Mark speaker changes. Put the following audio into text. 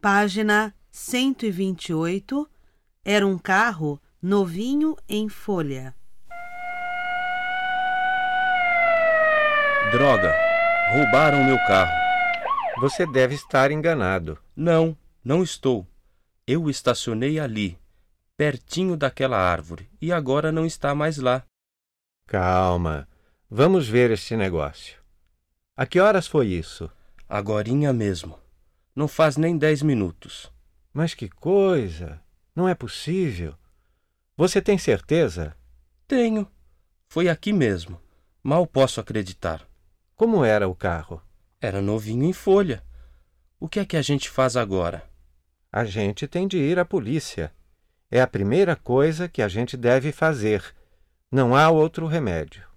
Speaker 1: Página 128. Era um carro novinho em folha.
Speaker 2: Droga! Roubaram meu carro.
Speaker 3: Você deve estar enganado.
Speaker 2: Não, não estou. Eu o estacionei ali, pertinho daquela árvore, e agora não está mais lá.
Speaker 3: Calma. Vamos ver este negócio. A que horas foi isso?
Speaker 2: Agorinha mesmo. Não faz nem dez minutos.
Speaker 3: Mas que coisa! Não é possível. Você tem certeza?
Speaker 2: Tenho. Foi aqui mesmo. Mal posso acreditar.
Speaker 3: Como era o carro?
Speaker 2: Era novinho em folha. O que é que a gente faz agora?
Speaker 3: A gente tem de ir à polícia. É a primeira coisa que a gente deve fazer. Não há outro remédio.